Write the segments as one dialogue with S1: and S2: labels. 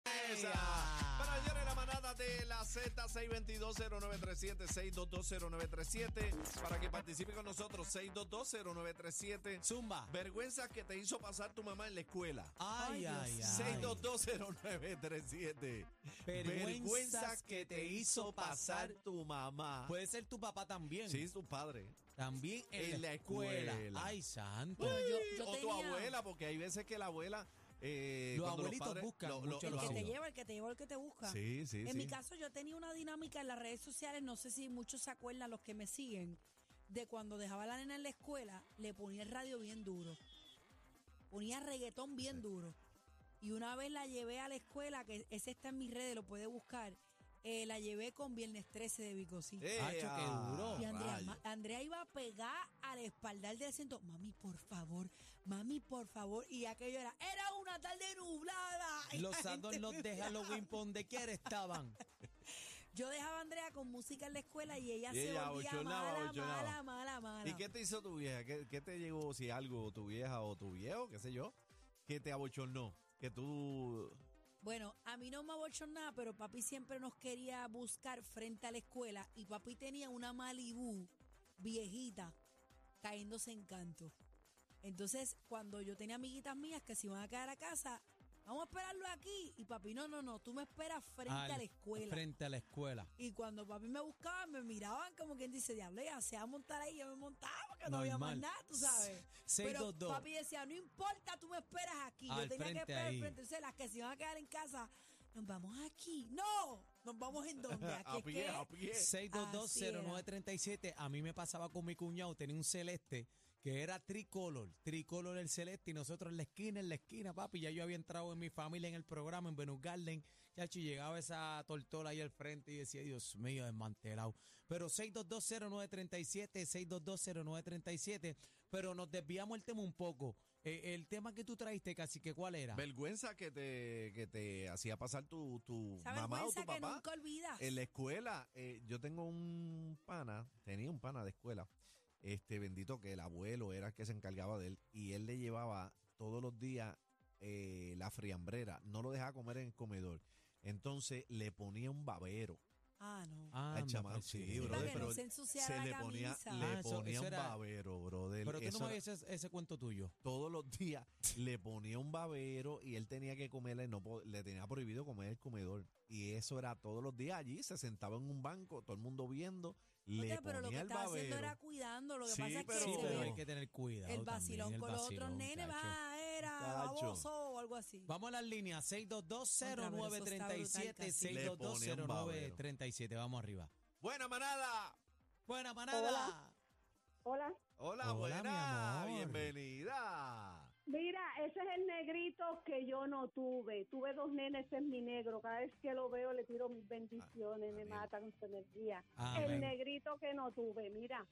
S1: Para ayer en la manada de la Z, 622-0937, 622-0937. Para que participe con nosotros, 622-0937. Zumba. Vergüenzas que te hizo pasar tu mamá en la escuela.
S2: Ay, ay, ay.
S1: 622-0937.
S2: Vergüenzas que te hizo pasar
S1: tu mamá.
S2: Puede ser tu papá también.
S1: Sí, tu padre.
S2: También en, la escuela. Ay, santo.
S3: yo
S1: o tu
S3: tenía-
S1: abuela, porque hay veces que la abuela. eh,
S2: Los
S1: cuando
S2: abuelitos
S1: padres-
S2: buscan
S1: lo- lo-
S2: mucho a
S3: El
S2: los
S3: que te
S2: abuelos.
S3: lleva, el que te lleva, el que te busca.
S1: Sí, sí,
S3: en
S1: sí.
S3: mi caso, yo tenía una dinámica en las redes sociales, no sé si muchos se acuerdan, los que me siguen, de cuando dejaba a la nena en la escuela, le ponía el radio bien duro. Ponía reggaetón bien duro. Y una vez la llevé a la escuela, que ese está en mis redes, lo puede buscar, eh, la llevé con Viernes 13 de Bicosí.
S2: Hacho, qué
S1: ah,
S2: duro.
S3: Y Andrea,
S1: rayo.
S3: ma- Andrea iba a pegar al espaldar del asiento. Mami, por favor. Mami, por favor. Y aquello era, era una tarde nublada. Y
S2: Los
S3: la
S2: santos
S3: gente
S2: los de
S3: me
S2: Halloween, ¿por donde quiera estaban?
S3: Yo dejaba a Andrea con música en la escuela y ella
S1: Y
S3: se
S1: ella
S3: volvía
S1: abochornaba,
S3: mala,
S1: abochornaba.
S3: mala, mala, mala.
S1: ¿Y qué te hizo tu vieja? ¿Qué, qué te llegó, si algo, tu vieja o tu viejo, qué sé yo, que te abochornó? Que tú...
S3: Bueno, a mí no me abochornaba, pero papi siempre nos quería buscar frente a la escuela y papi tenía una Malibu viejita cayéndose en canto. Entonces, cuando yo tenía amiguitas mías que se iban a quedar a casa, vamos a esperarlo aquí. Y papi, no, no, no, tú me esperas frente
S2: Al-
S3: a la escuela.
S2: Frente a la escuela.
S3: Y cuando papi me buscaba, me miraban como quien dice, diablo, ya se va a montar ahí, yo me montaba, que no había más
S2: Normal.
S3: nada, tú sabes.
S2: Se-
S3: Pero
S2: 622.
S3: papi decía, no importa, tú me esperas aquí.
S2: Al
S3: yo tenía que
S2: frente
S3: esperar al
S2: ahí.
S3: frente. Entonces, las que se iban a quedar en casa, nos vamos aquí. ¡No! ¿Nos vamos en dónde? Aquí
S1: A
S3: es
S1: pie,
S3: que-
S1: a pie.
S2: 6220937. A mí me pasaba con mi cuñado, tenía un celeste que era tricolor, tricolor el celeste y nosotros en la esquina, en la esquina, papi, ya yo había entrado en mi familia en el programa en Venus Garden, chacho, y llegaba esa tortola ahí al frente y decía, Dios mío, desmantelado. Pero 6220937, 6220937, pero nos desviamos el tema un poco. Eh, el tema que tú traiste, casi que cuál era?
S1: Vergüenza que te, que te hacía pasar tu, tu
S3: Esa
S1: mamá o
S3: vergüenza
S1: tu
S3: que
S1: papá.
S3: nunca olvidas.
S1: En la escuela, eh, yo tengo un pana, tenía un pana de escuela, este bendito que el abuelo era el que se encargaba de él y él le llevaba todos los días eh, la friambrera, no lo dejaba comer en el comedor. Entonces le ponía un babero
S3: Ah, no.
S2: Ah,
S1: al
S2: anda,
S1: chamaco.
S2: pal,
S1: Sí,
S2: chiquito.
S3: para
S1: brother,
S3: que no
S1: pero
S3: se ensuciara
S1: se
S3: la
S1: le ponía,
S3: camisa.
S1: le
S2: Ah, eso-
S1: ponía
S2: eso
S1: un
S2: era-
S1: babero, brother.
S2: Pero tú
S1: Eso
S2: no me
S1: era-
S2: dices ese cuento tuyo.
S1: todos los días le ponía un babero y él tenía que comerle, no po- le tenía prohibido comer el comedor. Y eso era todos los días allí, se sentaba en un banco, todo el mundo viendo, le
S3: Oye,
S1: ponía
S3: pero lo que
S1: el
S3: estaba haciendo
S1: babero.
S3: era cuidando. Lo que
S1: Sí,
S3: pasa es que
S1: pero-
S3: se
S2: sí, pero
S3: ve
S2: hay que tener cuidado.
S3: el vacilón
S2: también,
S3: con
S2: el
S3: los otros
S2: vacilón,
S3: nenes
S2: chacho.
S3: va, era
S1: Chacho.
S3: baboso o algo así.
S2: Vamos a las líneas
S3: Contra, pero eso
S2: 6220937,
S3: está
S1: brutal, casi. Le pone un babero.
S2: 6220937. Vamos arriba.
S1: Buena manada.
S2: Buena manada.
S4: Hola.
S1: Hola,
S2: Hola,
S1: buena.
S2: mi amor.
S1: Bienvenida.
S4: Mira, ese es el negrito que yo no tuve. Tuve dos nenes, ese es mi negro. Cada vez que lo veo le tiro mis bendiciones, me
S1: amén.
S4: mata con su energía. El
S2: Ah, Amén.
S4: negrito que no tuve, mira.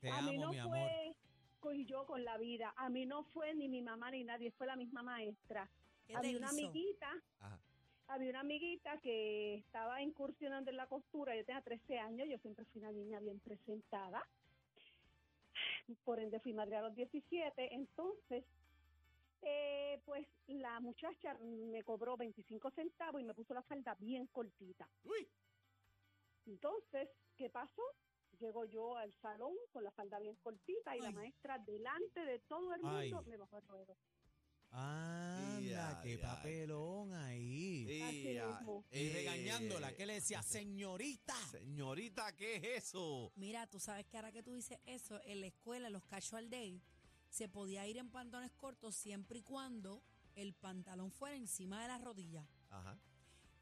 S2: Te
S4: a mí
S2: amo,
S4: no
S2: mi amor.
S4: fue con yo con la vida. A mí no fue ni mi mamá ni nadie, fue la misma maestra.
S3: ¿Qué te
S4: Había una
S3: hizo?
S4: amiguita,
S1: Ajá.
S4: había una amiguita que estaba incursionando en la costura. Yo tenía 13 años, yo siempre fui una niña bien presentada. Por ende fui madre a los 17. Entonces, eh, pues la muchacha me cobró 25 centavos y me puso la falda bien cortita.
S1: Uy.
S4: Entonces, ¿qué pasó? Llego yo al salón con la falda bien cortita y la
S3: Ay.
S4: maestra delante de todo el
S2: Ay.
S4: mundo me bajó el ruedo.
S2: Anda,
S1: Ya,
S2: qué
S1: ya.
S2: papelón ahí.
S4: Así
S1: Ea,
S4: mismo.
S2: Y
S1: eh,
S2: regañándola, ¿qué le decía? Señorita.
S1: Señorita, ¿qué es eso?
S3: Mira, tú sabes que ahora que tú dices eso, en la escuela, los casual day, se podía ir en pantalones cortos siempre y cuando el pantalón fuera encima de las rodillas.
S1: Ajá.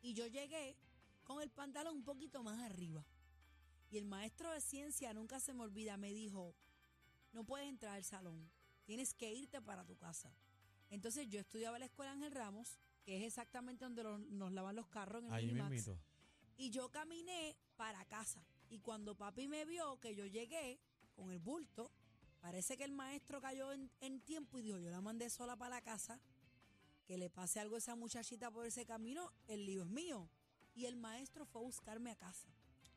S3: Y yo llegué con el pantalón un poquito más arriba. Y el maestro de ciencia, nunca se me olvida, me dijo, no puedes entrar al salón, tienes que irte para tu casa. Entonces yo estudiaba en la escuela Ángel Ramos, que es exactamente donde lo- nos lavan los carros en el
S2: Ahí
S3: Minimax.
S2: mismito.
S3: Y yo caminé para casa. Y cuando papi me vio que yo llegué con el bulto, parece que el maestro cayó en, en tiempo y dijo, yo la mandé sola para la casa, que le pase algo a esa muchachita por ese camino, el lío es mío. Y el maestro fue a buscarme a casa.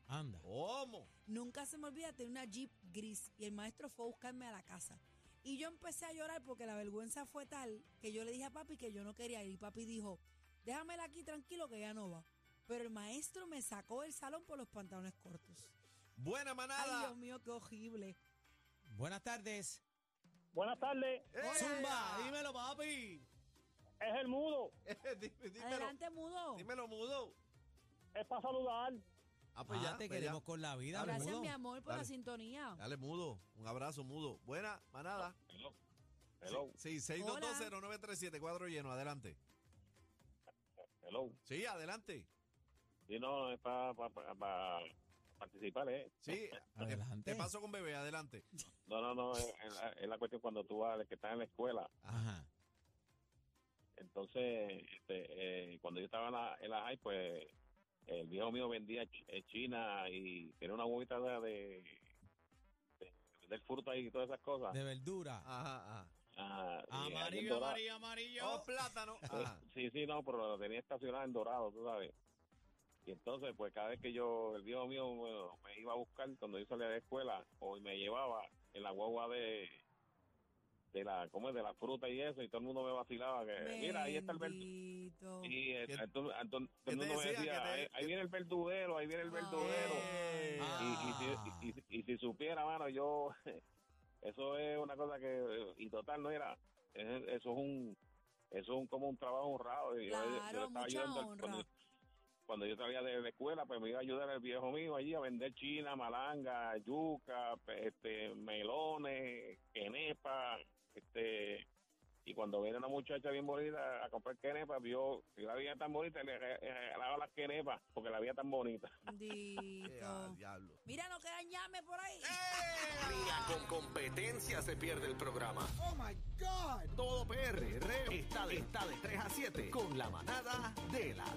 S2: Anda.
S1: ¿Cómo?
S3: Nunca se me olvida tener una Jeep gris y el maestro fue a buscarme a la casa. Y yo empecé a llorar porque la vergüenza fue tal que yo le dije a papi que yo no quería ir. Y papi dijo, déjamela aquí tranquilo que ya no va. Pero el maestro me sacó del salón por los pantalones cortos.
S1: Buena
S3: Ay,
S1: manada.
S3: Dios mío, qué horrible.
S2: Buenas tardes.
S5: Buenas tardes,
S1: ¡Ea!
S2: Zumba, dímelo, papi.
S5: es el mudo,
S1: Dime- dímelo,
S3: Adelante, mudo.
S1: dímelo, mudo.
S4: É
S5: es para saludar.
S1: Ah, pues
S2: Ah,
S1: ya,
S2: te
S1: pues ya.
S2: queremos con la vida,
S1: Dale,
S3: Gracias,
S2: mudo.
S3: mi amor, por la
S1: Dale.
S3: sintonía.
S1: Dale, mudo. Un abrazo, mudo. Buena manada.
S5: Hello,
S1: Sí,
S3: Hola.
S1: 6220937, cuadro lleno. Adelante.
S5: hello.
S1: Sí, adelante.
S5: Y no, es para participar, ¿eh?
S1: Sí, te,
S2: Adelante.
S1: te paso con bebé, adelante.
S5: No, no, no, es, es la, es la cuestión cuando tú vas, que estás en la escuela.
S2: Ajá.
S5: Entonces, este, eh, cuando yo estaba en la, en la high, pues el viejo mío vendía ch- eh, china y tenía una huevita de, de, de vender fruta y todas esas cosas.
S2: De verdura.
S1: Ajá, ajá.
S5: Ah, y ahí en
S2: Amarillo,
S5: Dorado-
S2: amarillo, amarillo.
S1: Oh, plátano. Ajá.
S5: Sí, sí, no, pero la tenía estacionada en Dorado, tú sabes. Y entonces, pues cada vez que yo, el viejo mío bueno, me iba a buscar cuando yo salía de la escuela, o me llevaba en la guagua de, de la, ¿cómo es? De la fruta y eso, y todo el mundo me vacilaba. Que, Eh, Mira, ahí está el verdú.
S3: Bendito.
S5: Y eh,
S1: ¿Qué-
S5: entonces- entonces todo
S1: qué te
S5: el mundo me
S1: decía?
S5: decía,
S1: ¿Qué te-
S5: ahí, ahí viene el verdudero, ahí viene el
S3: Ah.
S5: verdudero.
S1: Eh,
S5: Y,
S2: Ah.
S5: y si, y- y- y si supiera, mano, yo, eso es una cosa que, y total, no era, es- eso es un, eso es un, como un trabajo honrado. y yo- yo
S3: Claro,
S5: estaba
S3: mucha
S5: ayudando al-
S3: honra.
S5: Cuando, cuando yo salía de la escuela, pues me iba a ayudar el viejo mío allí a vender china, malanga, yuca, pe- este, melones, quenepa, este... Y cuando viene una muchacha bien bonita a comprar quenepa, vio que la vida tan bonita, le re- le regalaba las quenepas porque la vida tan bonita.
S1: eh, ah,
S3: Bendito.
S1: diablo.
S3: Mira, no quedan llame por ahí.
S6: Ni la con competencia se pierde el programa. Oh my God. Todo PR está de, está de 3 a 7 con la manada de la